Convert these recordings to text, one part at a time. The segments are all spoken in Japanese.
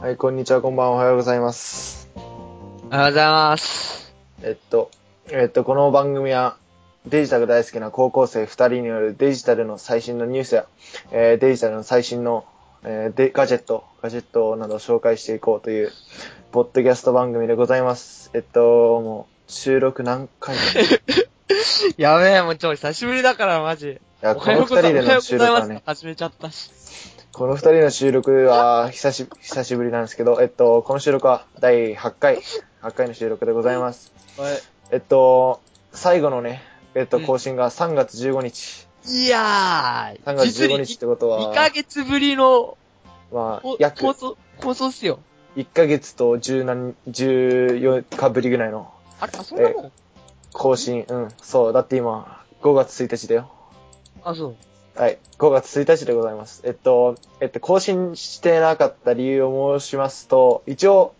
はい、こんにちは、こんばんは、おはようございます。おはようございます。えっと、えっと、この番組は、デジタル大好きな高校生2人によるデジタルの最新のニュースや、えーデジタルの最新の、えーでガジェット、ガジェットなどを紹介していこうという、ポッドキャスト番組でございます。えっと、もう、収録何回 だねいやべえ、もうちょ、久しぶりだから、マジ。や、この2人での収録はね、始めちゃったし。この2人の収録は久し久しぶりなんですけど、えっと、この収録は第8回、8回の収録でございます。えっと、最後のね、えっと、うん更新が3月15日。いや3ー、月実に15日ってことは2、ヶ月ぶりの、まあこ、約放送、放送っすよ。 1ヶ月と10何、14日ぶりぐらいのあれ、あ、そうなの更新。うん、そう、だって今、5月1日だよ。あ、そう。はい、5月1日でございます。えっと、えっと、更新してなかった理由を申しますと、一応、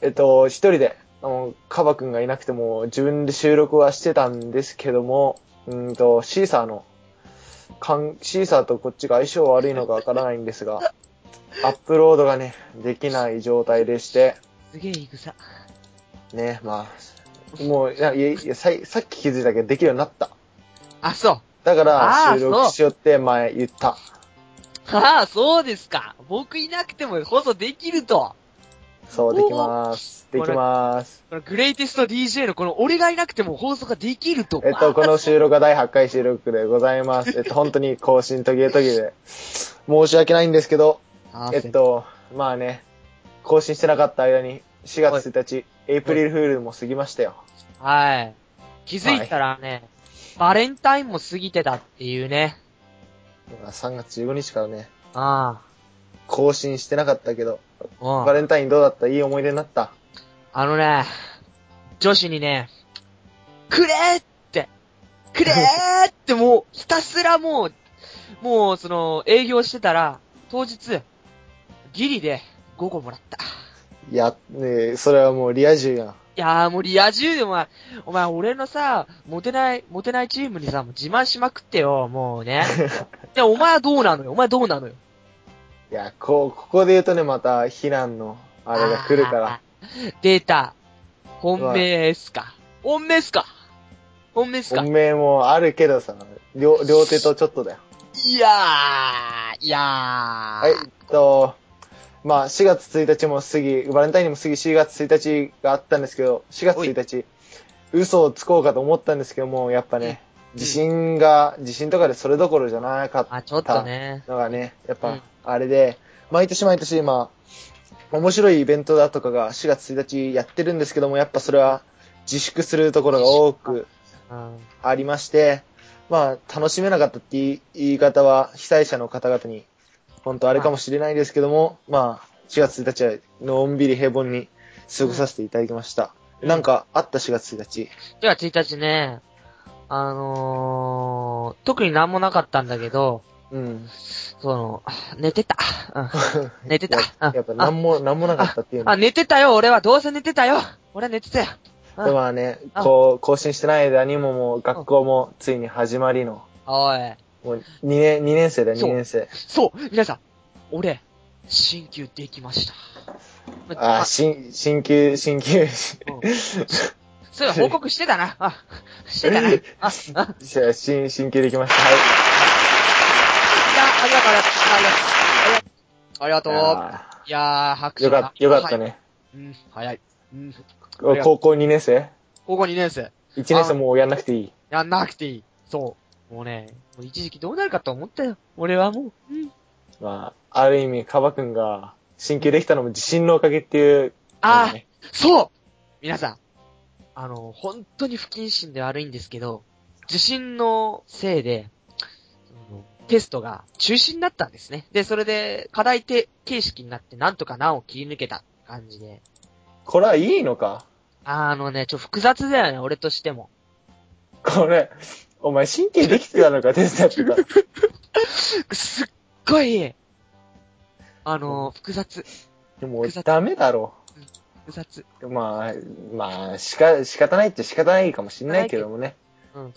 えっと、一人で、あの、カバくんがいなくても、自分で収録はしてたんですけども、うーんと、シーサーの、かんシーサーとこっちが相性悪いのかわからないんですが、アップロードがね、できない状態でして、すげえ戦。ね、まあ、もう、いや、いやいやさいさっき気づいたけど、できるようになった。あ、そう。 だから、あー収録しようって前言った。ああ、そうですか。僕いなくても放送できると。そう、できまーす。でおーきまーす。このグレイテスト DJ のこの俺がいなくても放送ができると。えっと、この収録が第8回収録でござい ます。えっと、本当に更新途切れ途切れで。申し訳ないんですけど、あえっ、と、まあね、更新してなかった間に、4月1日、エイプリルフールも過ぎましたよ。はい。気づいたらね、バレンタインも過ぎてたっていうね。まあ3月15日からね、あ更新してなかったけど、あ。うんバレンタインどうだったいい思い出になった。あのね、女子にね、くれーって、くれーってもう、ひたすらもう、もうその、営業してたら、当日、ギリで5個もらった。いや、ねえそれはもうリア充やん。いやーもうリア充でお前、お前俺のさ、モテない、モテないチームにさ、もう自慢しまくってよ、も うね。で、お前はどうなのよ、お前どうなのよ。いや、こう、ここで言うとね、また、避難の、あれが来るから。あー。出た。本命っすか。本命っすか。本命っすか本。命もあるけどさ、両、両手とちょっとだよ。いやー、いやー。はい、えっと、まあ、4月1日も過ぎ、バレンタインにも過ぎ4月1日があったんですけど、4月1日、嘘をつこうかと思ったんですけども、やっぱね、うん地震が、地震とかでそれどころじゃなかあ、っちょっとね。たのがね、やっうぱん、あれで、毎年毎年今、面白いイベントだとかが4月1日やってるんですけども、やっぱそれは自粛するところが多くうん。ありまして、まあ、楽しめなかったっていう言い方は、被災者の方々に、本当あれかもしれないですけども、まあ、4月1日は、のんびり平凡に過ごさせていただきました。うんなんか、あった4月1日。では1日ね、あのー、特になんもなかったんだけど、うん。その、寝てた。うん、 寝てた。やうんやっぱ、なんも、なんもなかったっていうああ、の。寝てたよ、俺は。どうせ寝てたよ。俺は寝てたよ。でもね、あこう、更新してない間にももう、学校もついに始まりの、おい。もう、2年、2年生だよ、そう2年生。そう、皆さん、俺、進級できました。あー、し新、新旧、新 旧、そういえば報告してたな。あ、してたな。あ、あ、新、新旧できました。はい。いや、ありがとう、ありがとう、ありがとう。ありがとう。あいやー、拍ー手よだかった、よかった。はいね。うん、早い。うん。ありがと高校2年生高校2年生。 1年生もうやんなくていい。やんなくていい。そう。もうね、もう一時期どうなるかと思ったよ。俺はもう。うん。まあ、ある意味、カバくんが進級できたのも自信のおかげっていう、あー、ねそう皆さん。あの、本当に不謹慎で悪いんですけど、受信のせいで、そのテストが中止になったんですね。で、それで課題て形式になってなんとか難を切り抜けた感じで。これはいいのかあのね、ちょ、複雑だよね、俺としても。これ、お前神経できてたのか、テストやってた。すっごい、あの、複雑、で も、ダメだろ。複雑。まあ、まあ、しか、仕方ないっちゃ仕方ないかもしんないけどもね。うん。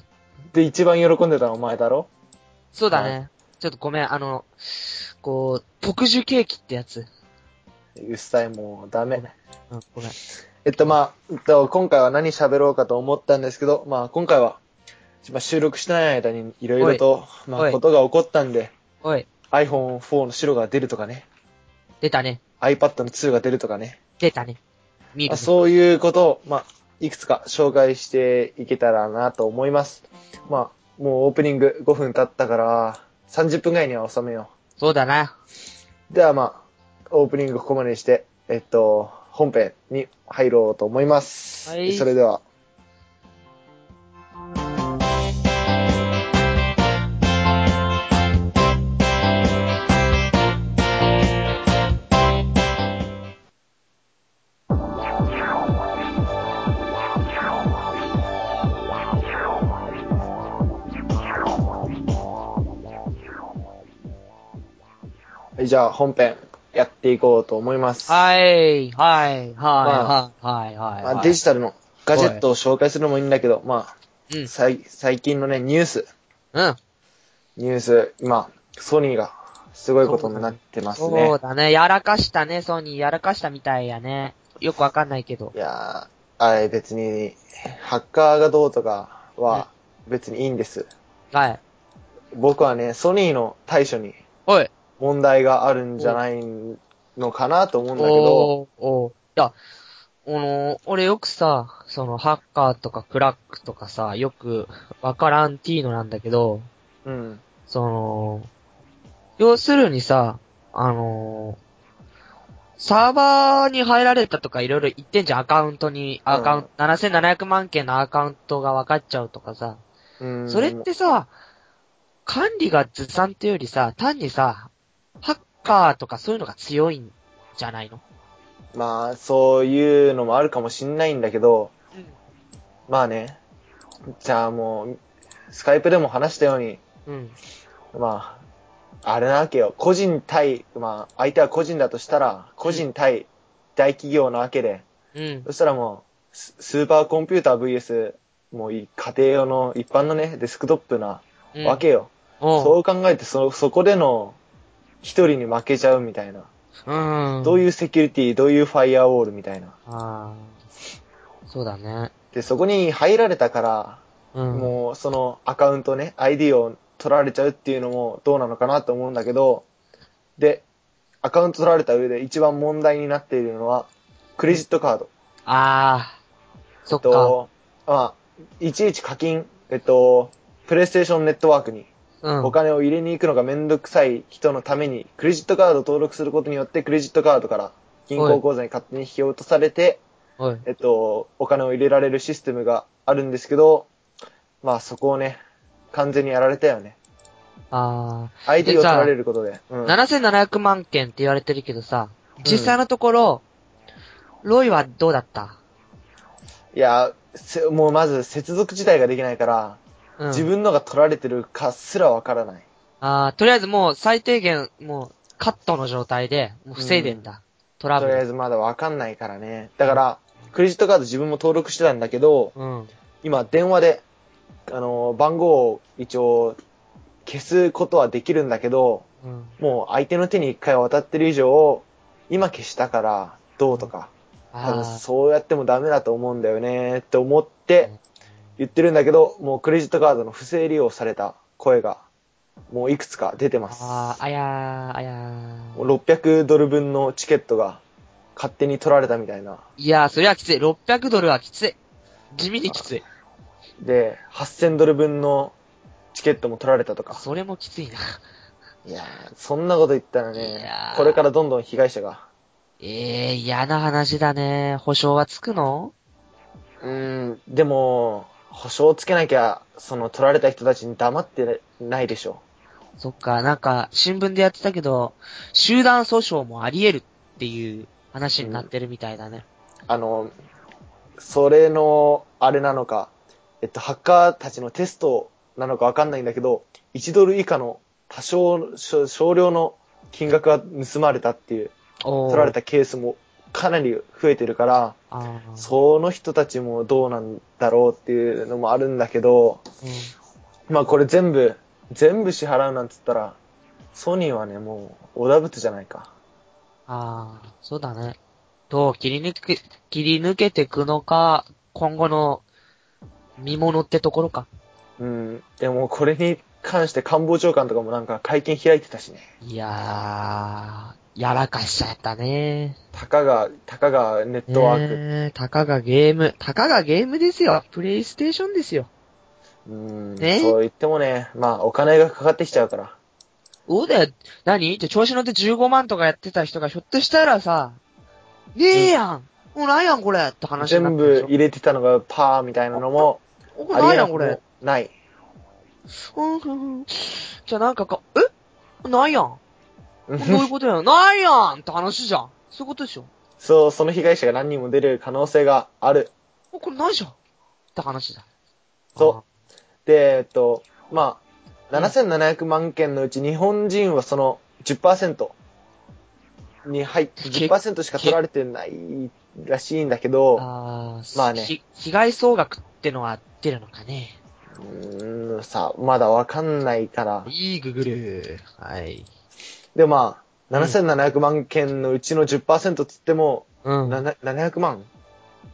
で、一番喜んでたのはお前だろそうだね。ちょっとごめん、あの、こう、特殊ケーキってやつ。うっさい、もうダメ。うん、ごめん。えっと、まあ、えっと、今回は何喋ろうかと思ったんですけど、まあ、今回は、まあ、収録してない間にいろいろと、まおあ、いことが起こったんで、おい、 iPhone4 の白が出るとかね、出たね。 iPad の2が出るとかね、出たね。見る、まあね。そういうことを、まあ、いくつか紹介していけたらなと思います。まあ、もうオープニング5分経ったから、30分ぐらいには収めよそうだな。う。ではまあ、オープニングここまでにして、えっと、本編に入ろうと思います。はいそれでは。はいじゃあ本編やっていこうと思います。はい、はい、はい、はい、はい、まはあ、い。デジタルのガジェットを紹介するのもいいんだけど、まうんあ、、さい最近のね、ニュース、うん。ニュース、今、ソニーがすごいことになってますそねう。だね。やらかしたね、ソニー。やらかしたみたいやね。よくわかんないけど。いやー、あれ別に、ハッカーがどうとかは別にいいんです。はい。僕はね、ソニーの対処におい。問題があるんじゃないのかなと思うんだけど、おーおーいや、あのー俺よくさ、その、ハッカーとかクラックとかさ、よくわからんティーノなんだけど、うん。その、要するにさ、あのーサーバーに入られたとかいろいろ言ってんじゃん、アカウントに、アカウント、7700万件のアカウントが分かっちゃうとかさ。うんそれってさ、管理がずさんっていうよりさ、単にさ、ハッカーとかそういうのが強いんじゃないのまあ、そういうのもあるかもしんないんだけど、うんまあね、じゃあもう、スカイプでも話したように、うん。まあ、あれなわけよ。個人対、まあ、相手は個人だとしたら、個人対大企業なわけで、うん。そしたらもう、ススーパーコンピューター VS、もうい家庭用の一般のね、デスクトップなうん、わけよ。おそうう考えてそ、そこでの、一人に負けちゃうみたいな。うん。どうういうセキュリティ、どういうファイアウォールみたいな。あーそうだね。で、そこに入られたから、うん。もうそのアカウントね、ID を取られちゃうっていうのもどうなのかなと思うんだけど、で、アカウント取られた上で一番問題になっているのは、クレジットカード。ああ。そっえっか。と、まあ、いちいち課金、えっと、プレイステーションネットワークにうん。お金を入れに行くのがめんどくさい人のために、クレジットカードを登録することによって、クレジットカードから銀行口座に勝手に引き落とされて、おい。えっと、お金を入れられるシステムがあるんですけど、まあそこをね、完全にやられたよね。あ ID を取られることで。うあ。ん、 7700万件って言われてるけどさ、実際のところ、ロイはどうだったいや、せもうまず接続自体ができないから、うん。自分のが取られてるかすらわからない。ああ、とりあえずもう最低限、もうカットの状態で、もう防いでんだ。トラブとりあえル。ずまだわかんないからね。だから、クレジットカード自分も登録してたんだけど、うん。今電話で、あの、番号を一応消すことはできるんだけど、うん。もう相手の手に一回渡ってる以上、今消したからどうとか、多分あそうやってもダメだと思うんだよねって思って言ってるんだけど、もうクレジットカードの不正利用された声が、もういくつか出てます。あ、あやー、あやもー。う600ドル分のチケットが勝手に取られたみたいな。いやー、それはきつい。600ドルはきつい。地味にきつい。で、8000ドル分のチケットも取られたとか。それもきついな。いやーそんなこと言ったらいねや、ーこれからどんどん被害者が。ええー、嫌な話だね。保証はつくのうーん、でも、保証つけなきゃ、その取られた人たちに黙ってないでしょ。そっか、なんか、新聞でやってたけど、集団訴訟もあり得るっていう話になってるみたいだね。あの、それの、あれなのか、えっと、ハッカーたちのテストなのかわかんないんだけど、1ドル以下の多少、少少量の金額が盗まれたっていう、おー。取られたケースもかなり増えてるから、あー。その人たちもどうなんだろうっていうのもあるんだけど、うん。まあこれ全部、全部支払うなんつったら、ソニーはね、もう、おだぶつじゃないか。ああ、そうだね。どう切り抜け、切り抜けていくのか、今後の見物ってところか。うん。でも、これに関して官房長官とかもなんか会見開いてたしね。いやー、やらかしちゃったね。たかが、たかがネットワーク。ねえたかがゲーム、たかがゲームですよ。プレイステーションですよ。うん。ねそう言ってもね、まあ、お金がかかってきちゃうから。そうだよ。何じゃ、調子乗って15万とかやってた人が、ひょっとしたらさ、ねえやん、もうないやん、これって話になっ全てるでし部ょ入れてたのがパーみたいなのも、おこれないやん、こありえれな。くもない。うんうんうんじゃあなんかか、えない やん。どういうことやん。ないやんって話じゃん。そういうことでしょ。 そう、その被害者が何人も出る可能性がある。おこれないじゃん。って話だ。そで、えっと、まあ、7700万件のうち日本人はその10%に入って、10%しか取られてないらしいんだけあーど、あー、まあねひ被害総額ってのは出るのかね。うーん、さ、まだわかんないから。いいググル。はい。で、まあ、7700万件のうちの10%つっても、うん。なな700万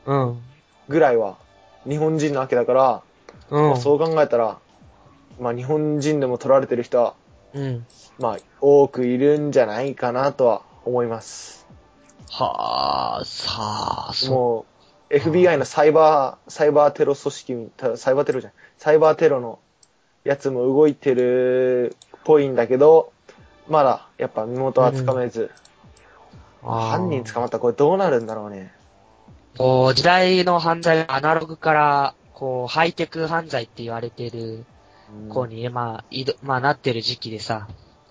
うん。ぐらいは日本人なわけだから、うまあん。そう考えたら、まあ日本人でも取られてる人は、うん。まあ多くいるんじゃないかなとは思います。はあ、さあ、そう。もう FBI のサイバー、サイバーテロ組織、たサイバーテロじゃない、サイバーテロのやつも動いてるっぽいんだけど、まだやっぱ身元はつかめず、犯人捕まっったらこれどうなるんだろうね。こう、時代の犯罪がアナログから、こう、ハイテク犯罪って言われてるこううんに、まあ、いど、まあ、なってる時期でさ、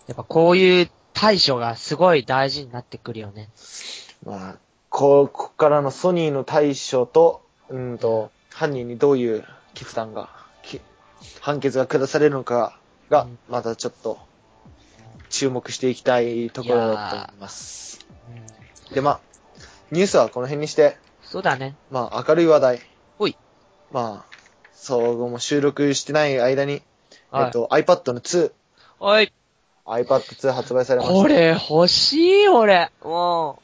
やっぱこういう対処がすごい大事になってくるよね。まあ、こうこっからのソニーの対処と、うんと、犯人にどういう決断が、き判決が下されるのかがうん、またちょっと、注目していきたいところだと思います。うん。で、まあ、ニュースはこの辺にして、そうだね。まあ、明るい話題。ほい。まあ、そう、もう収録してない間に、えはっい。と、iPad の2、おい、 iPad 2発売されました。これ欲しい、俺。も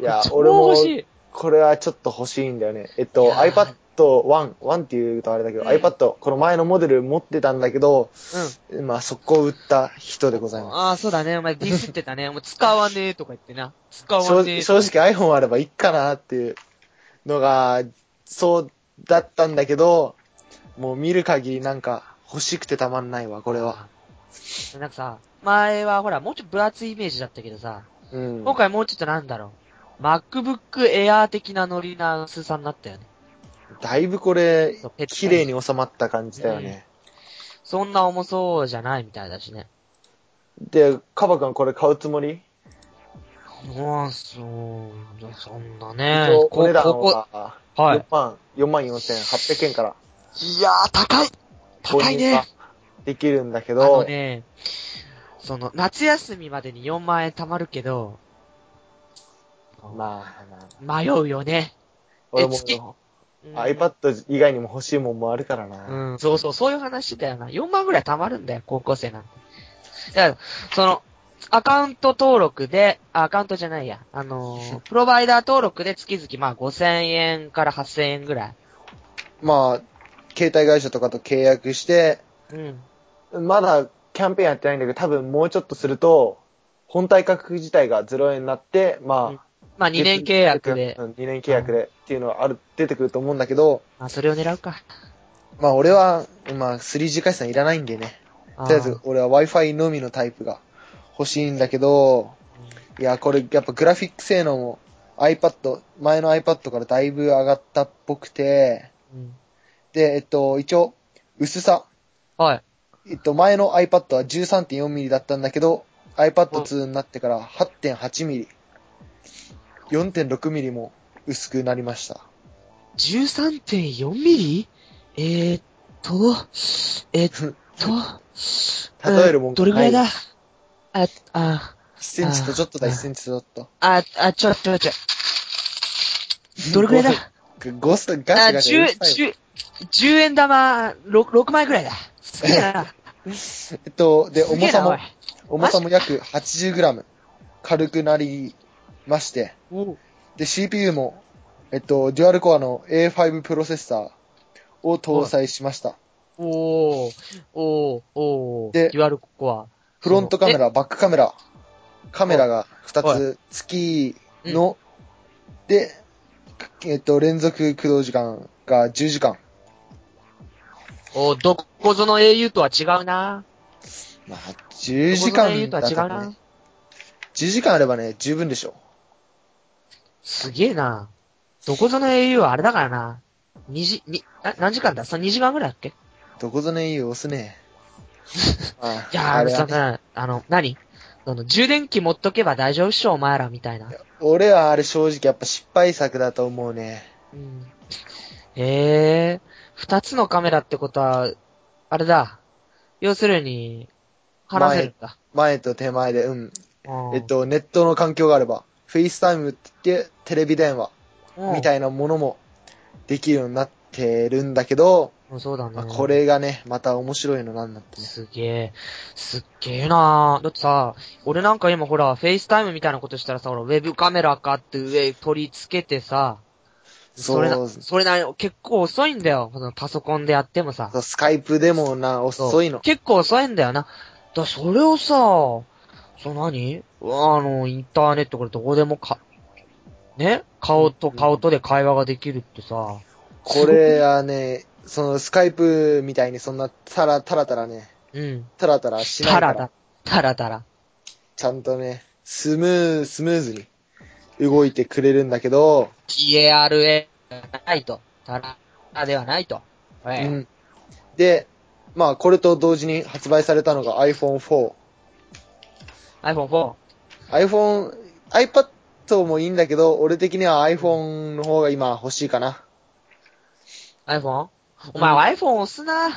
う。いや、超俺も欲、しい。これはちょっと欲しいんだよね。えっいと、やー iPad 1、1っていうとあれだけど、うん iPad、この前のモデル持ってたんだけど、うん。まあ、速攻売った人でございまああ、そうだね。お前ディスってたね。お前使わねえとか言ってな。使す。正わね直え。正直 iPhone あればいいかなっていうのが、そうだったんだけど、もう見る限りなんか欲しくてたまんないわ、これは。なんかさ、前はほら、もうちょっと分厚いイメージだったけどさ、うん。今回もうちょっとなんだろう。MacBook Air 的なノリな薄さになったよね。だいぶこれそう、ペット綺麗に収まった感じだよね。そんな重そうじゃないみたいだしね。で、カバ君これ買うつもりまあ、そう、そんな一ね応。おこ値段こはこは4い。万、4万4800円から。いやー、高い高いね。できるんだけあのど、ね、その、夏休みまでに4万円貯まるけど、まあ、まあ、迷うよね。俺え月もうん、 iPad 以外にも欲しいもんもあるからな。うん、そうそう、そういう話だよな。4万ぐらい貯まるんだよ、高校生なんて。だから、その、アカウント登録で、あアカウントじゃないや。あのー、プロバイダー登録で月々、まあ、5000円から8000円ぐらい。まあ、携帯会社とかと契約して、うん。まだキャンペーンやってないんだけど、多分もうちょっとすると、本体価格自体が0円になって、まあ、まあ、2年契約でう、ん。2年契約でっていうのはある、出てくると思うんだけど、まあ、それを狙うか。まあ俺は、まあ 3G 回線いらないんでね。とりあえず俺は Wi-Fi のみのタイプが欲しいんだけど、いや、これやっぱグラフィック性能も iPad、前の iPad からだいぶ上がったっぽくて、うんで、えっと、一応、薄さ。はい。えっと、前の iPad は 13.4mm だったんだけど、iPad2 になってから 8.8mm、4.6mm も薄くなりました。 13.4ミリえー、っと、えー、っと、 例えるもんどがれぐらいだないあ、あ、 1センチとちょっとだ、あ1ーセンチとちょっあ、あ、ちょ、ちょ、ちょ。どれぐらいだと。ゴス、ガあ、シガシうる10、さいよ。 10、10円玉6、6枚ぐらいだ。すげえな。えっと、で、す重げえさな、おもい。重さも約 80g。軽くなりまして、おで、CPU も、えっと、デュアルコアの A5 プロセッサーを搭載しました。おーおーおーでデュアルコア。フロントカメラ、バックカメラ、カメラが2はつ付きの、で、えっと、連続駆動時間が10時間。おーどこぞの au とは違うなまあ、10時間どだことぞの au とは違うなね、10時間あればね、十分でしょ。すげえなどこぞの au はあれだからな二時、に、な何時間ださ ?2 時間ぐらいだっけどこぞねいい押す ね。あいやあー、あのれはさ、ね、なあの、何あの、充電器持っとけば大丈夫っしょ、お前ら、みたいな。俺はあれ正直やっぱ失敗作だと思うね。うん。へえー、二つのカメラってことは、あれだ。要するに、話せるんだ。前と手前で、うん。うんえっ、と、ネットの環境があれば、フェイスタイムって言ってテレビ電話みい。たいなものもできるようになってるんだけど、うんそうだねまあ、。こ。れがね、また面白いのなんだってね。すげえ、すっげえなだってさ、俺なんか今ほら、フェイスタイムみたいなことしたらさ、ほら、ウェブカメラ買って上取り付けてさ、それそな、うそれな、結構遅いんだよ。このパソコンでやってもさ。そう、スカイプでもな、遅いの。結構遅いんだよな。だ、それをさ、そ、何うわあの、インターネットこれどこでもか、ね顔と顔とで会話ができるってさ。これはね、そのスカイプみたいにそんなタラタラタラね、うん。タラタラしないタかラら、だ。タラタラ。ちゃんとね、スムー、スムーズに動いてくれるんだけど、 TARA ないと。タラタではないと。はうい。ん。で、まあこれと同時に発売されたのが iPhone 4。 iPhone4。 iPhone、iPad もいいんだけど、俺的には iPhone の方が今欲しいかな。 iPhone? お前、うん iPhone 押すな。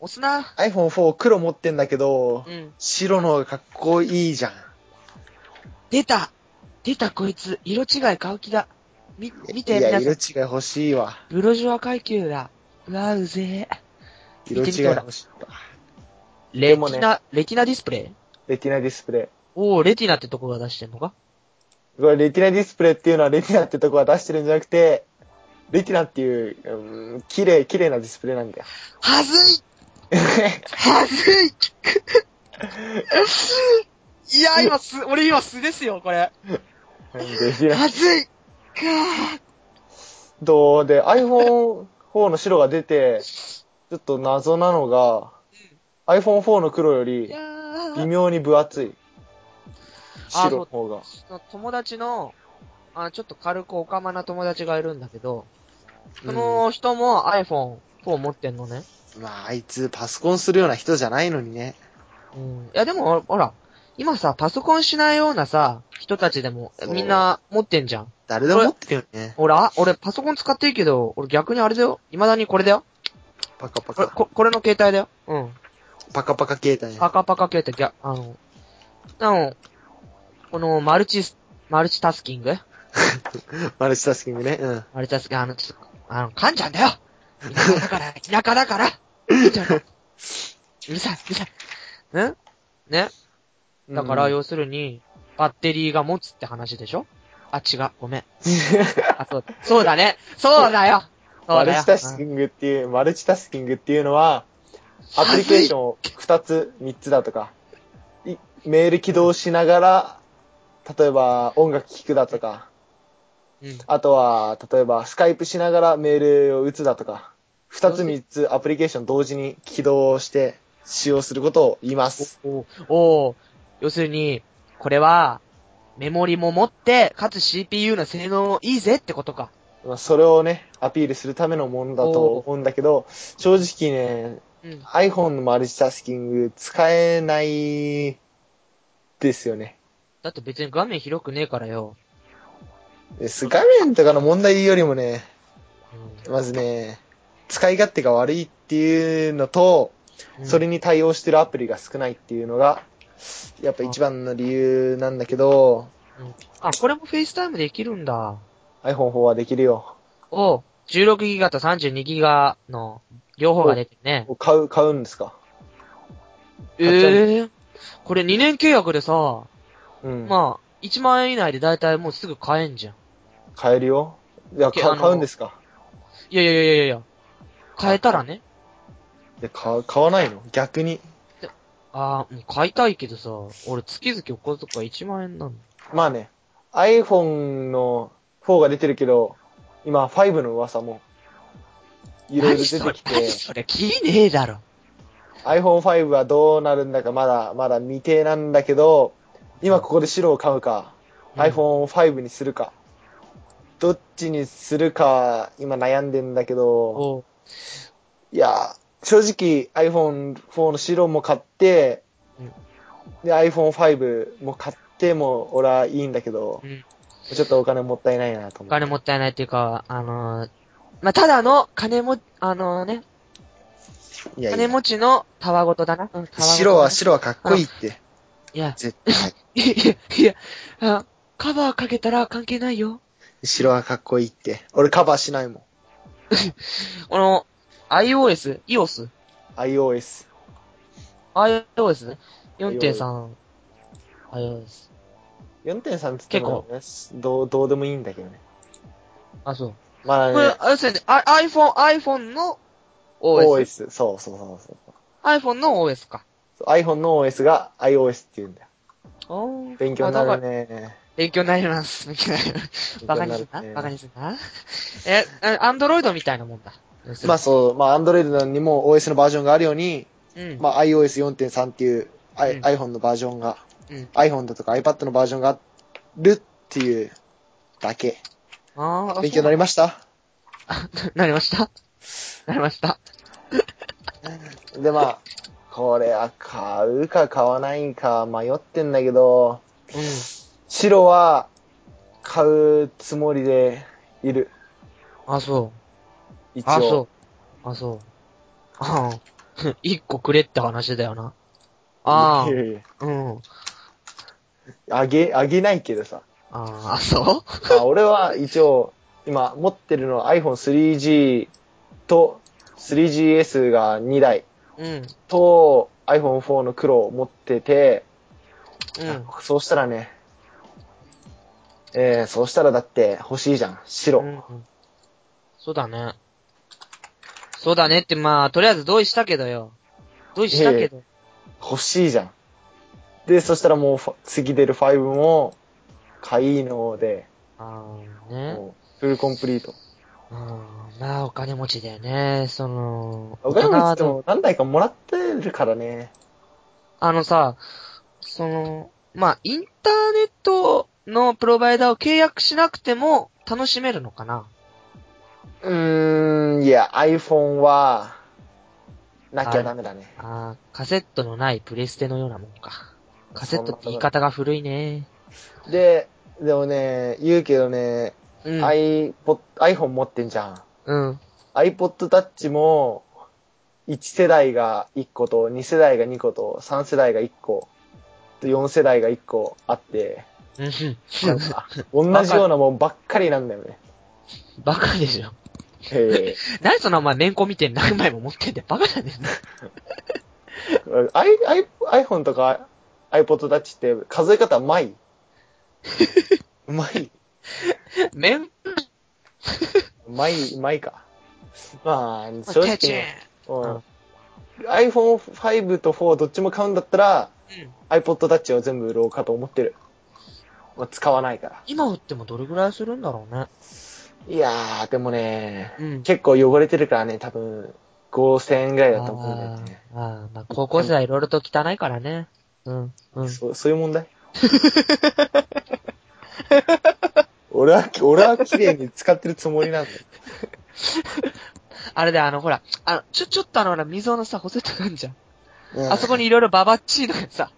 押すな。 iPhone4 黒持ってんだけど、うん。白の方がかっこいいじゃん。出た出たこいつ。色違い買う気だ。み、見て、いや、皆さ色ん違い。欲しいわ。ブロジュア階級だ。うわ、うぜえ。色違い欲しいわ。レテもねィナ、レティナディスプレイレティナディスプレおおレティナってとこが出してんのかイ。これ、レティナディスプレイっていうのは、レティナってとこは出してるんじゃなくて、レティナっていう、うん、綺麗、綺麗なディスプレイ なんだよ。はずいはずい いや、今す、俺今素ですよ、これ。レティナはずいかーと、で、iPhone4 の白が出て、ちょっと謎なのが、iPhone4 の黒よいりや微ー妙に分厚い。あ白の方が。その友達の、あちょっと軽くオカマな友達がいるんだけど、その人も iPhone4 持ってんのね。まあ、あいつパソコンするような人じゃないのにね。うん。いや、でも、ほら、今さ、パソコンしないようなさ、人たちでもそ、うみんな持ってんじゃん。誰でも持ってるよね。俺、あ俺パソコン使ってるけど、俺逆にあれだよ。未だにこれだよ。パカパこれ、カ。ここれの携帯だよ。うん。パカパカ携帯ね。パカパカ携帯、ぎゃ、あの、なの、この、マルチス、マルチタスキングマルチタスキングね。うん。マルチタスキング、あの、ちょっと、あの、噛んじゃうんだよ田舎だから、 田舎だから噛んじゃうのうるさい、うるさい。んねだから、よ。要するに、バッテリーが持つって話でしょあ、違う、 ごめん。あ、そう、そうだね。そうだよ。そマうルだよチ。タスキングっていう、マルチタスキングっていうのは、アプリケーションを2つ、3つだとか、いメール起動しながら、例えば音楽聴くだとか、うんうんあとは、例えばスカイプしながらメールを打つだとか、2つ3つアプリケーション同時に起動して使用することを言います。おお要するに、これは、メモリも持って、かつ CPU の性能もいいぜってことか。まあそれをね、アピールするためのものだと思うんだけど、正直ね、うん。 iPhone のマルチタスキング使えないですよね。だって別に画面広くねえからよ。す画面とかの問題よりもね、うまずね、使い勝手が悪いっていうのと、んそれに対応してるアプリが少ないっていうのが、やっぱ一番の理由なんだけど、あ、これもフェイスタイムできるんだ。 iPhone4 はできるよ。お 16GB と 32GB の両方が出てるね。買う、買うんですかえ買っちゃうえー。これ2年契約でさ、うん。まあ、 1万円以内で大体もうすぐ買えんじゃん。買えるよ。いや、いやかあの買うんですかいやいやいやいやいや。買えたらね。いや買買わないの逆に。ああ、もう買いたいけどさ、俺月々お小遣い1万円なの。まあね、iPhone の4が出てるけど、今5の噂も、いろいろ出てきて、何それ、切りねえだろ。 iPhone5 はどうなるんだかまだ、まだ未定なんだけど、今ここで白を買うか、うん iPhone5 にするか、どっちにするか、今悩んでんだけど、おういや、正直 iPhone4 の白も買って、うんで iPhone5 も買っても俺はいいんだけど、うんちょっとお金もったいないなとお思って。金もったいないっていうか、あのーまあ、ただの金も、あのね、いやい金や。持ちのたわごとだな。うんたわごとだな白は、白はかっこいいって。いや、絶対。いや、いや、あカバーかけたら関係ないよ。白はかっこいいって。俺カバーしないもん。この、iOS、iOS、 iOS。 iOS ね。4.3、iOS。 4.3つっても、ね、どう、どうでもいいんだけどね。あ、そう。まあこれね、、あ、そうやね。あ iPhone、iPhone の OS。 OS。そうそうそうそう。 iPhone の OS か。 iPhone の OS が iOS って言うんだよ。おー勉強になあるだからね。勉強になります。勉強になります。バカにすんな勉強にるねバカにすんなえ、アンドロイドみたいなもんだ。まあそう、まあ Android にも OS のバージョンがあるように、うん。まあ iOS4.3 っていう、I- うん iPhone のバージョンが、うん。 iPhone だとか iPad のバージョンがあるっていうだけ。ああ、勉強になりましたそう なりました。なりました。でまあ、これは買うか買わないか迷ってんだけど、うん。白は買うつもりでいる。あ、そう。一あ、応。そう。あ、そう。ああ。 一個くれって話だよな。あいやいやいやあ。うん。あげ、あげないけどさ。ああ、そまあ 俺は一応、今持ってるのは iPhone3G と 3GS が2台ううん。と iPhone4 の黒を持ってて、うん。そうしたらね、えー、そうしたらだって欲しいじゃん。白。うんそうだね。そうだねって、まあ、とりあえず同意したけどよ。同意したけど。欲しいじゃん。で、そしたらもうファ次出る5も買いので、ああ、ね。もうフルコンプリート。うん。まあ、お金持ちだよね。その、お金持ち大って人もの何台かもらってるからね。あのさ、その、まあ、インターネットのプロバイダーを契約しなくても楽しめるのかなうーん、いや、iPhone は、なきゃダメだね。ああ、カセットのないプレステのようなもんか。カセットってそん言いなことない方が古いね。で、でもね、言うけどね、うん。 iPod、iPhone 持ってんじゃん。うん。 iPod Touch も、1世代が1個と、2世代が2個と、3世代が1個、と4世代が1個あって、うん。なん か同じようなもんばっかりなんだよね。バカでしょ。え何そのお前面子見て何枚も持ってんだよ。バカ だね。ー、I- I- iPhone とか iPod Touch って数え方う まいうまい面、うまい、うまいか。まあ、正手チ直ェね、うん、iPhone5 と4どっちも買うんだったら、ーンうん。 iPod Touch を全部売ろうかと思ってる。まあ、使わないから。今売ってもどれぐらいするんだろうね。いやー、でもね、うん。結構汚れてるからね、多分、5000円ぐらいだと思うんだよね。あーあー、まあ、高校生はいろいろと汚いからね。うん。うん。そう、そういう問 題俺は、俺は綺麗に使ってるつもりなんだよ。あれだよ、あの、ほら、あの、ちょ、ちょっとあの、ほら、溝のさ、細いとこあんじゃん。うんあそこにいろいろババッチーのがさ、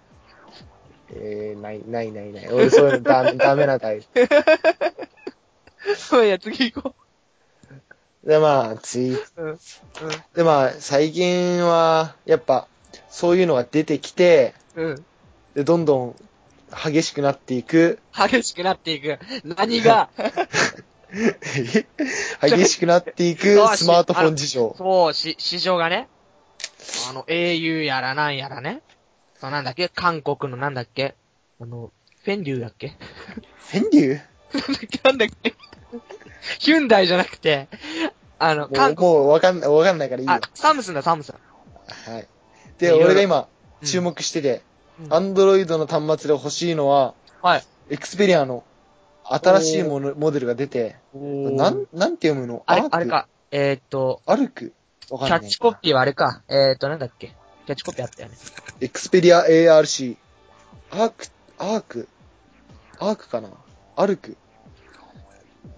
えー、ない、ない、ない、ない。俺そういうの ダメ、ダメなタイプ。そういや、次行こで、まあ、ツイう。うん。うん。で、まあ、最近は、やっぱ、そういうのが出てきて、うん。で、どんどん激しくなっていく。 激しくなっていく。何が、激しくなっていくスマートフォン事情。そう、し、市場がね、あの、au やらなんやらね、そうなんだっけ韓国のなんだっけあの、フェンリューだっけ フェンリューなんだっけなんだっけヒュンダイじゃなくて、あの、も韓う、国、もうわかんない、わかんないからいいよあ。、サムスンだ、サムスン。はい。で、いろいろ俺が今、うん注目してて、うんアンドロイドの端末で欲しいのは、はい。エクスペリアの新しいものモデルが出て、なん、なんて読むのあアれー、クあれ。か。えーっと、アルクわキかんなャい。ッチコピーはあれか。えーっと、なんだっけ。キャッチコピーあったよね。エクスペリア ARC。アーク、アーク、アークかなアルク。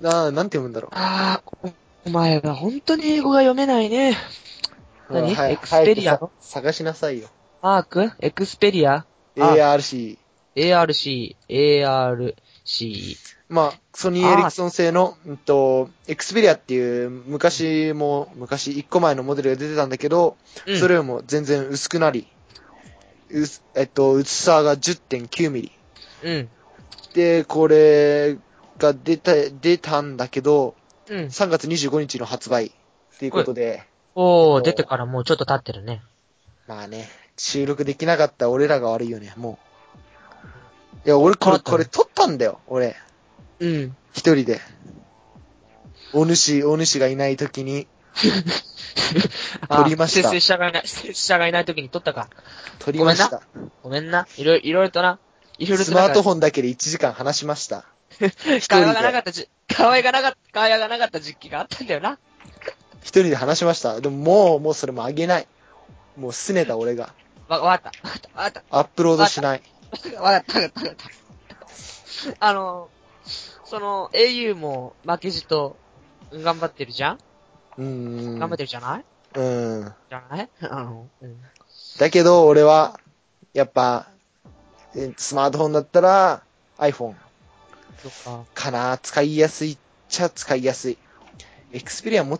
なあ、なんて読むんだろあー、お前は本当に英語が読めないね。う。何うんはいエクスペリア早くさ探しなさいよ。アークエクスペリア ARC。 ?ARC、ARC。まあ、ソニー・エリクソン製の、うんと、エクスペリアっていう、昔も、昔、1個前のモデルが出てたんだけど、うん、それよりも全然薄くなり、うすえっと、薄さが10.9ミリ。うん。で、これが出た、出たんだけど、うん。 3月25日の発売っていうことで、おー、出てからもうちょっと経ってるね。まあね、収録できなかった俺らが悪いよね、もう。いや、俺これ、これ撮ったんだよ、俺。うん。一人で。お主、お主がいない時に、撮りました あ出世者がいない、出世者がいない時に撮ったか。撮りました。ごめんな。いろいろ、いろいろとな。いろいろスとマなんーかトフォンだけで1時間話しま した。一人会話がなかっで、たじ、会話がなかった、会話がなかった時期があったんだよな。一人で話しました。でももう、もうそれもあげない。もう拗ねた俺が。わ、わかった。わかった。わかっアップロードしない。た。わかった。わかった。わかった。 あの、その、au も負けじと、頑張ってるじゃんうーん。頑張ってるじゃないうん。じゃないあの、うん。だけど、俺は、やっぱ、えスマートフォンだったら、iPhone そっか。かな。使いやすいっちゃ使いやすい。Xperia も、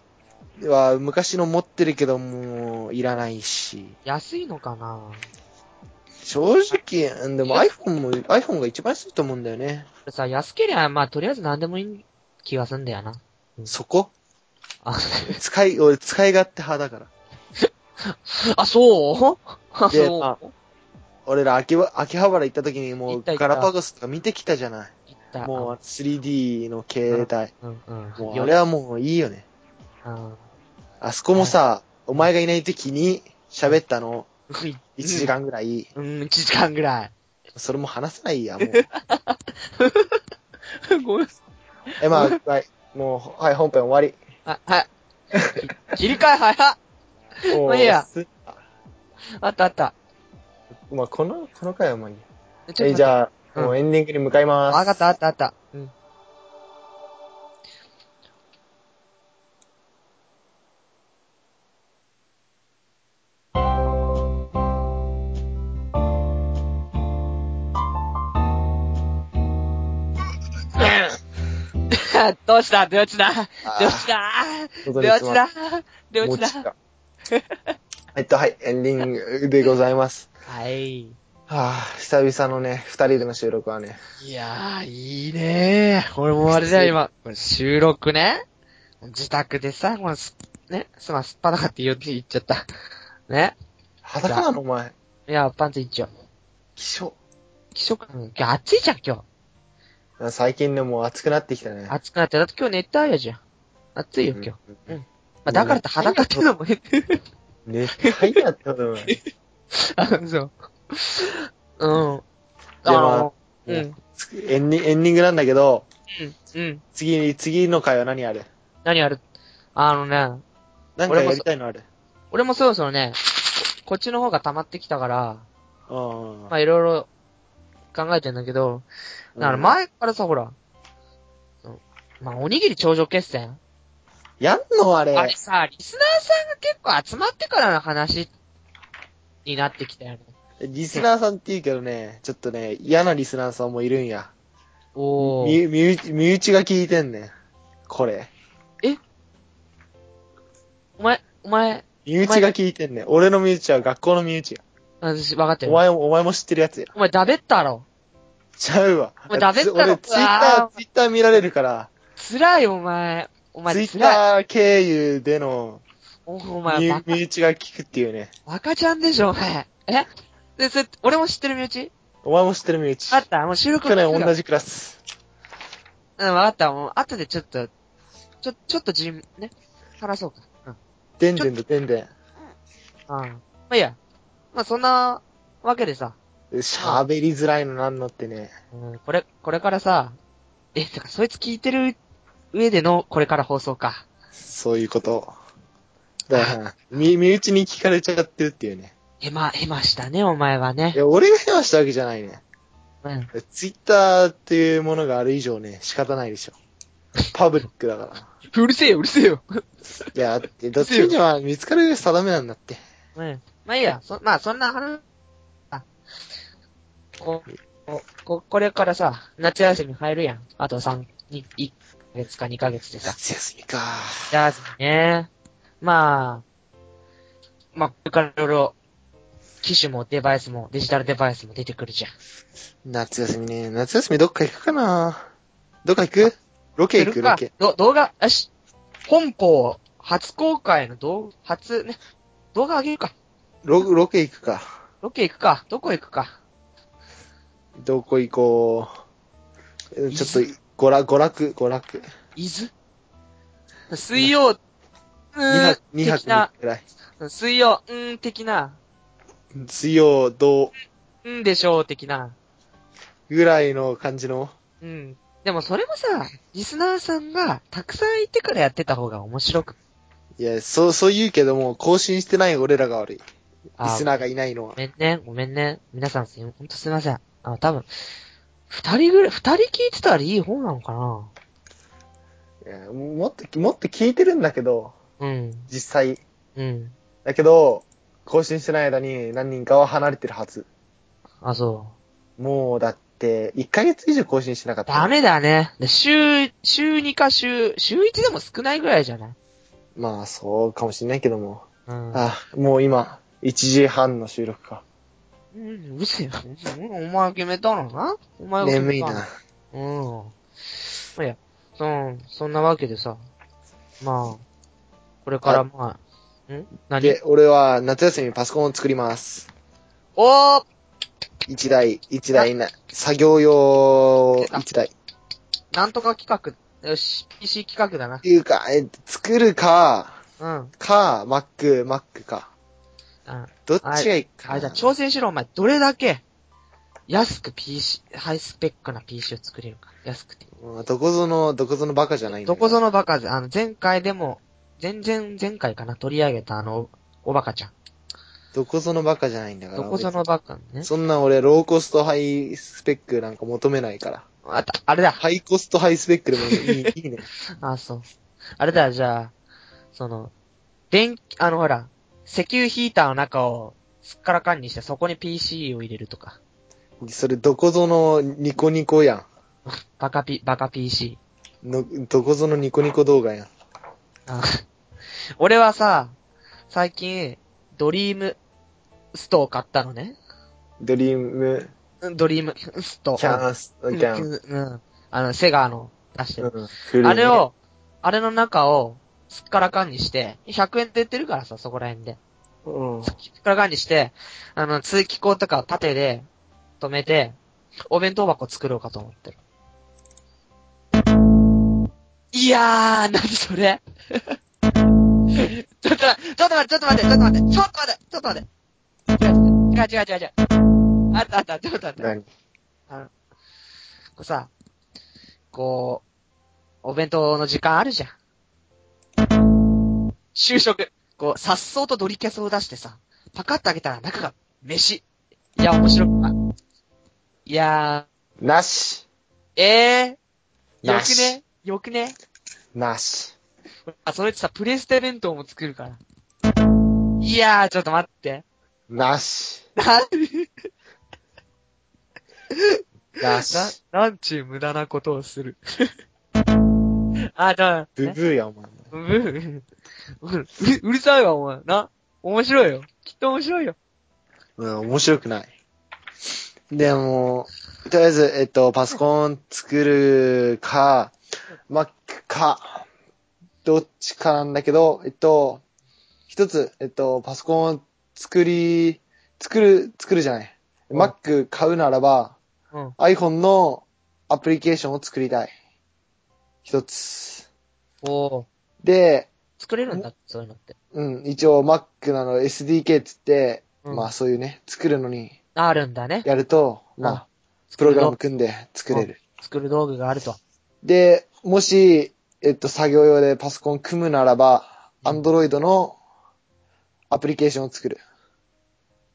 は、昔の持ってるけど、もう、いらないし。安いのかな正直、うんでも iPhone も、iPhone が一番安いと思うんだよね。さ、安けりゃ、まあ、とりあえず何でもいい気がすんだよな。そこあ、使い、俺使い勝手派だから。あ、そうあ、でそう。ま俺ら秋葉秋葉原行った時にも行っうた行ったガラパゴスとか見てきたじゃない。言った。もう 3D の携帯。う、うん、うん。もうあれはもういいよね。 うん。あそこもさ、お前がいない時に喋ったの1時間ぐらい。うん、1時間ぐらい。 それも話せないや、もう。ごめん。 え、まあ、はい。もう、はい、本編終わあ、はい。切り替え早っり。もまう、あいいやすあったあった。まあ、この、この回はもういいや。ちょっえとじゃあ、うんもうエンディングに向かいます。わかったあったあった。うん。 どうした出落ちだ出落ちだ本当に出落ちだ出落もうちちだだ。 えっと、はい、エンディングでございます。はい。はぁ、久々のね、二人での収録はね、いやー、いいねー。俺もあれだよ、今、これ収録ね。自宅でさ、このす、ね、すま、すっぱなかって言う言っちゃった。ね。裸なのお前。いや、パンツ一丁。気象。気象感、今日暑いじゃん、今日。最近ね、もう暑くなってきたね。暑くなって、だって今日熱帯夜じゃん。暑いよ、今日。まうんあ、だからって裸っていうのも変て。熱帯夜ってことだね。あ、そう。うん。でまああー、うん。 エンディエンディングなんだけど、うん。うん。次、次の回は何ある何やるあのね、何俺かもやりたいのある俺もそろそろね、ここっちの方が溜まってきたから、うんまあいろいろ考えてんだけど、だから前からさ、ほら、そうまあおにぎり頂上決戦、やんのあれ。あれさ、リスナーさんが結構集まってからの話になってきたよね。リスナーさんって言うけどね、ちょっとね、嫌なリスナーさんもいるんや。お身ー。身内身内が聞いてんねん。これ。お前、お前、身内が聞いてんねん。俺の身内は学校の身内や。私分かっておる。前も、お前も知ってるやつや。お前ダベったろ。ちゃうわ。もうダメだろ俺、ツイッタうわー、ツイッター見られるから、辛いよお前。おツイ前ッ辛い。ター経由での、おお前身バカ、身内が聞くっていうね。バカちゃんでしょ、お前。えで、それ、俺も知ってる身内お前も知ってる、みゆち。あった、もう収録去の時年が同じクラス。うん、わかった。もう、後でちょっと、ちょ、ちょっとじん、ね、話そうか。うん。でんでんで、でんでああ。まあいいや。まあそんな、わけでさ、ん。喋りづらいのなんのってね。うん、これ、これからさ、え、てかそいつ聞いてる上でのこれから放送か。そういうこと。だから、み、身内に聞かれちゃってるっていうね。ヘマ、ヘマしたね、お前はいね。や、俺が話したわけじゃないね。うん。ツイッターっていうものがある以上ね、仕方ないでしょ。パブリックだから。うるせえよ、うるせえよ。いや、だってどっちには見つかる定めなんだって。うん。まあいいや、そ、まあそんな話、あ、こ、ここ、これからさ、夏休み入るやん。あと3、に1ヶ月か2ヶ月でさ。夏休みか。ジャズね。まあ、まあ、これからいろいろ、機種もデバイスも、デジタルデバイスも出てくるじゃん。夏休みね。夏休みどっか行くかなどっか行くロケ行すくるロかケ。ど動画、よし。本校、初公開の動、初、ね、動画上げるか。ロロケ行くか。ロケ行くか。どこ行くか。どこ行こう。えちょっと、ごら、娯楽、娯楽。伊豆水曜、う2ーん泊、、二泊的な、くらい。水曜、うーん、的な、水曜、土、うんでしょう、的な。ぐらいの感じの。うん。でもそれもさ、リスナーさんがたくさんいてからやってた方が面白く。いや、そう、そう言うけども、更新してない俺らが悪い。リあースナーがいないのはご。めんね、ごめんね。皆さんすい、ほんとすいません。あ、多分、二人ぐらい、二人聞いてたらいい方なのかないやもっと、もっと聞いてるんだけど、うん、実際。うん。だけど、更新してない間に何人かは離れてるはず。あ、そもう、だって、1ヶ月以上更新してなかっう。た。ダメだね。で週、週2か週、週1でも少ないぐらいじゃないまあ、そうかもしんないけども。うん。あ、もう今、1時半の収録か。うん、うるせえよ。うんお前決めたのなお前が決眠めいたのな。うん。いや、そん、そんなわけでさ。まあ、これからまあ、ん何で、俺は夏休みにパソコンを作ります。おー1台、1台な、作業用1台。なんとか企画。よし、PC 企画だなっ。ていうか、え、作るか、うん。か、Mac、Mac か。あどっちがいいかな。あれだ、挑戦しろ、お前。どれだけ、安く PC、ハイスペックな PC を作れるか。安くて。うんどこぞの、どこぞのバカじゃないんだどけどこぞのバカぜ、あの、前回でも、前々、前回かな、取り上げたあの、おバカちゃん。どこぞのバカじゃないんだから。どこぞのバカね別に。そんな俺、ローコストハイスペックなんか求めないから。あた、あれだ。ハイコストハイスペックでもいいいいね。 あ、そう。あれだ、じゃあ、その、電気、あの、ほら、石油ヒーターの中を、すっからかんにして、そこに PC を入れるとか。それ、どこぞのニコニコやバカピ、バカ PC。ん。のどこぞのニコニコ動画やん。あ俺はさ、最近、ドリームストを買ったのね。ドリーム、うんドリームスト。キャンス、キうんャン。うん。あの、セガの出してうる。ん古いねあれ、を、あれの中を、すっからかんにして、100円で売ってるからさ、そこら辺で。うんすっからかんにして、あの、通気口とかを縦で止めて、お弁当箱作ろうかと思ってる。いやー、なにそれ ちょっと待って、ちょっと待って、ちょっと待って、ちょっと待って、ちょっと待って、ちょっと待って。違う違う違う違う違う。あったあった、ちょっと待って。何こうさ、こう、お弁当の時間あるじゃん。就職。こう、さっそうとドリキャスを出してさ、パカッと開けたら中が飯。いや、面白くない。いやなし。ー、えー、よなくしねよくねなし。あ、それってさ、プレステ弁当も作るから。いやー、ちょっと待って。なし。なん、なし。な、なんちゅう無駄なことを する。あ、じゃあ、ブブーや、お前。うん うんうんうるうるさいわ、お前。な。面白いよ。きっと面白いよ。うん、面白くない。でも、とりあえず、えっと、パソコン作るか、Mac か、どっちかなんだけど、えっと、一つ、えっと、パソコンを作り、作る、作るじゃない。うん Mac 買うならば、うん。 iPhone のアプリケーションを作りたい。一つ。おーで、作れるんだ、そういうのって。うん、一応 Mac なの SDK っつって、うんまあそういうね、作るのにあるんだね。やると、まあ、プログラム組んで作れる。作る道具があると。で、もし、えっと、作業用でパソコン組むならば、うん Android のアプリケーションを作る。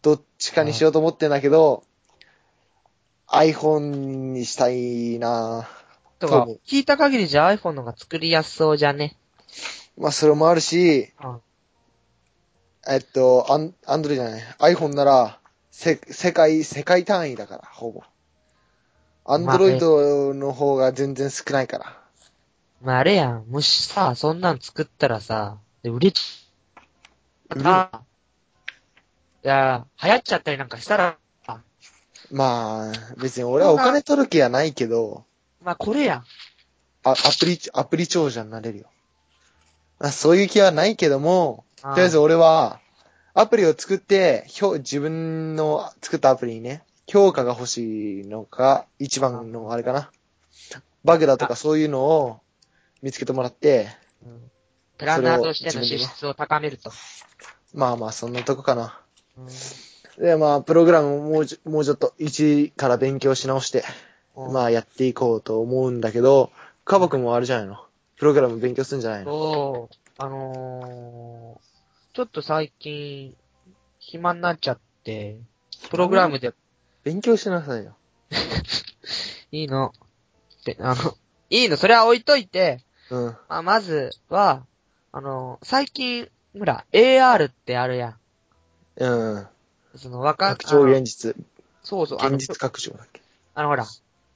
どっちかにしようと思ってんだけど、iPhone にしたいなぁとかそう、聞いた限りじゃ iPhone の方が作りやすそうじゃね。まあ、それもあるし、うん。えっと、アン、アンドロイドじゃない。iPhone なら、せ、世界、世界単位だから、ほぼ。アンドロイドの方が全然少ないから。まあ、あれやん。もしさ、そんなん作ったらさ、で、売れちゃ売れるあいや、流行っちゃったりなんかしたら、まあ、別に俺はお金取る気はないけど、まあ、これやん。あアプリ、アプリ長者になれるよ。まあ、そういう気はないけども、ととりあえず、俺は、アプリを作って、評自分の作ったアプリにね、評価が欲しいのが、一番のあれかな。バグだとかそういうのを見つけてもらって、うんプランナーとしての資質を高めると。まあまあ、そんなとこかな。うんで、まあ、プログラムももうちょもうちょっと、一から勉強し直して、まあ、やっていこうと思うんだけど、カバ君もあれじゃないのプログラム勉強するんじゃないのそう、あのー、ちょっと最近、暇になっちゃって、プログラムで勉強しなさいよ。いいの。って、あの、いいの、それは置いといて、うん。まあ、まずは、あのー、最近、ほら、AR ってあるやうん。ん。その、わか拡張あの現実。そうそう、あの現、実拡張だっけ。あのほら、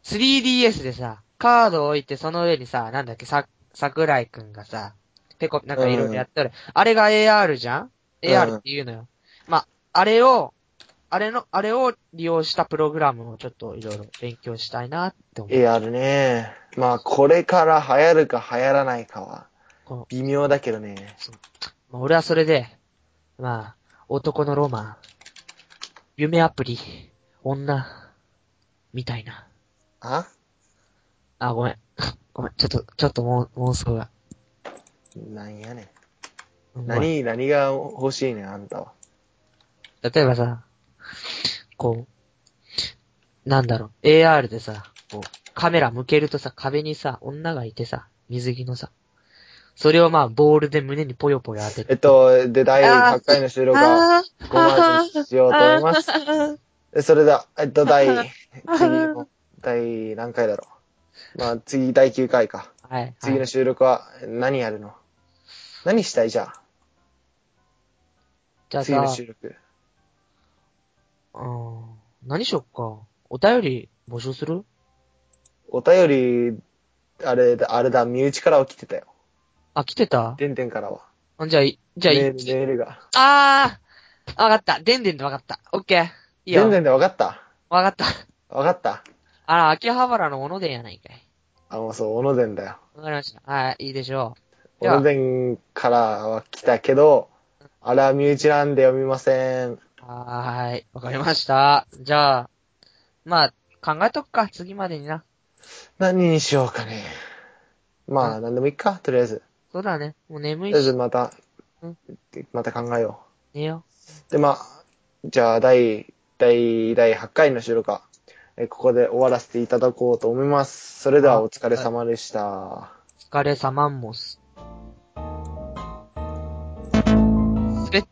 3DS でさ、カードを置いて、その上にさ、なんだっけ、さ、桜井くんがさ、ペコ、なんかいろいろやってる。あれが AR じゃんうん ?AR って言うのよ。まあ、あれを、あれの、あれを利用したプログラムをちょっといろいろ勉強したいなって思う。 AR ね。まあ、これから流行るか流行らないかはこの、微妙だけどね。まあ、俺はそれで、まあ、男のロマン、夢アプリ、女、みたいな。ああ、ごめん。 ごめん。ちょっと、ちょっともう妄想が。なんやねうんん。ごめん何、何が欲しいねん、あんたは。例えばさ、こう、なんだろう、AR でさ、こう、カメラ向けるとさ、壁にさ、女がいてさ、水着のさ、それをまあ、ボールで胸にぽよぽよ当てて。えっと、で、第8回の収録は、あー、ごまずにしようと思います あー。でそれでは、えっと、第、あ次の、第何回だろう。まあ、次、第9回か。はい、はい。次の収録は、何やるの何したいじゃじゃあ、あ次のさ収、録。うん、何しよっか。お便り募集するお便り、あれだ、あれだ、身内からは来てたよ。あ、来てたでんでんからは。あじゃあ、いじゃあ、メーいル、メールが。あー、わかった。でんでんでわかった。オッケー。いいでよ。んでんで分かったわかった。分かったあら、秋葉原の小野でんやないかい。あ、もうそう、小野でんだよ。わかりました。はい、いいでしょう。小野でんからは来たけど、あれは身内なんで読みません。はーい、わかりました。じゃあ、まあ、考えとくか、次までにな。何にしようかね。まあ、何でもいいか、とりあえず。そうだね。もう眠といりあえずし、またうん、また考えよ寝よう。で、まあ、じゃあ、第、第、第8回の収録は、えここで終わらせていただこうと思います。それではお疲れ様でした。う。お疲れ様もす。すべっ